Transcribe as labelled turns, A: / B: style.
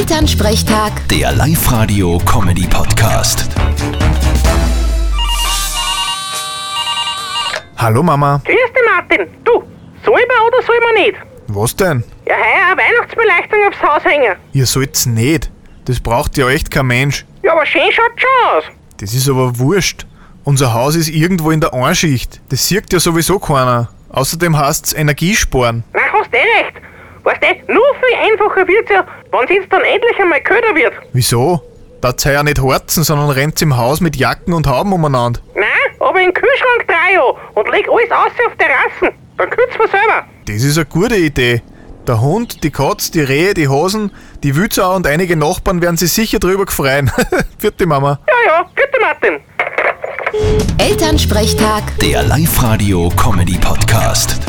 A: Elternsprechtag,
B: Der Live-Radio-Comedy-Podcast.
C: Hallo Mama,
D: Grüß dich, Martin. Du, soll man oder soll man nicht?
C: was denn?
D: Ja, heuer eine Weihnachtsbeleuchtung aufs Haus hängen.
C: Ihr sollt's nicht. Das braucht ja echt kein Mensch.
D: Ja, aber schön schaut schon aus.
C: Das ist aber wurscht. Unser Haus ist irgendwo in der Einschicht. Das sieht ja sowieso keiner. Außerdem heißt's Energiesparen.
D: Na, hast eh recht. Weißt du, nur viel einfacher wird's ja, wenn's jetzt dann endlich einmal köder wird.
C: Wieso? Da ja nicht horzen, sondern rennt's im Haus mit Jacken und Hauben umeinander.
D: Nein, aber in den Kühlschrank drei an und leg alles aus auf Terrassen. Dann kühlt's mir selber.
C: Das ist eine gute Idee. Der Hund, die Katz, die Rehe, die Hosen, die Wützau und einige Nachbarn werden sich sicher drüber gefreien. Vierte Mama.
D: Ja, ja, bitte, Martin.
A: Elternsprechtag.
B: Der Live-Radio-Comedy-Podcast.